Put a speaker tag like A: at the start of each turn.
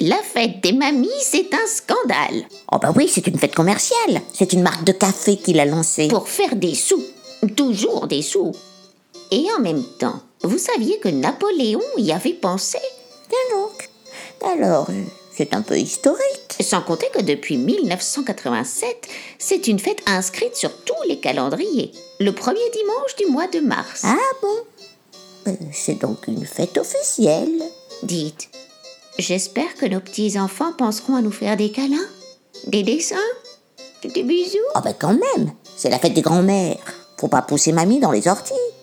A: La fête des mamies, c'est un scandale.
B: Oh bah oui, c'est une fête commerciale. C'est une marque de café qui l'a lancée.
A: Pour faire des sous. Toujours des sous. Et en même temps, vous saviez que Napoléon y avait pensé
B: Bien donc. Alors, euh, c'est un peu historique.
A: Sans compter que depuis 1987, c'est une fête inscrite sur tous les calendriers, le premier dimanche du mois de mars.
B: Ah bon Euh, C'est donc une fête officielle.
A: Dites, j'espère que nos petits-enfants penseront à nous faire des câlins, des dessins, des bisous.
B: Ah Oh bah quand même, c'est la fête des grands-mères. Faut pas pousser mamie dans les orties.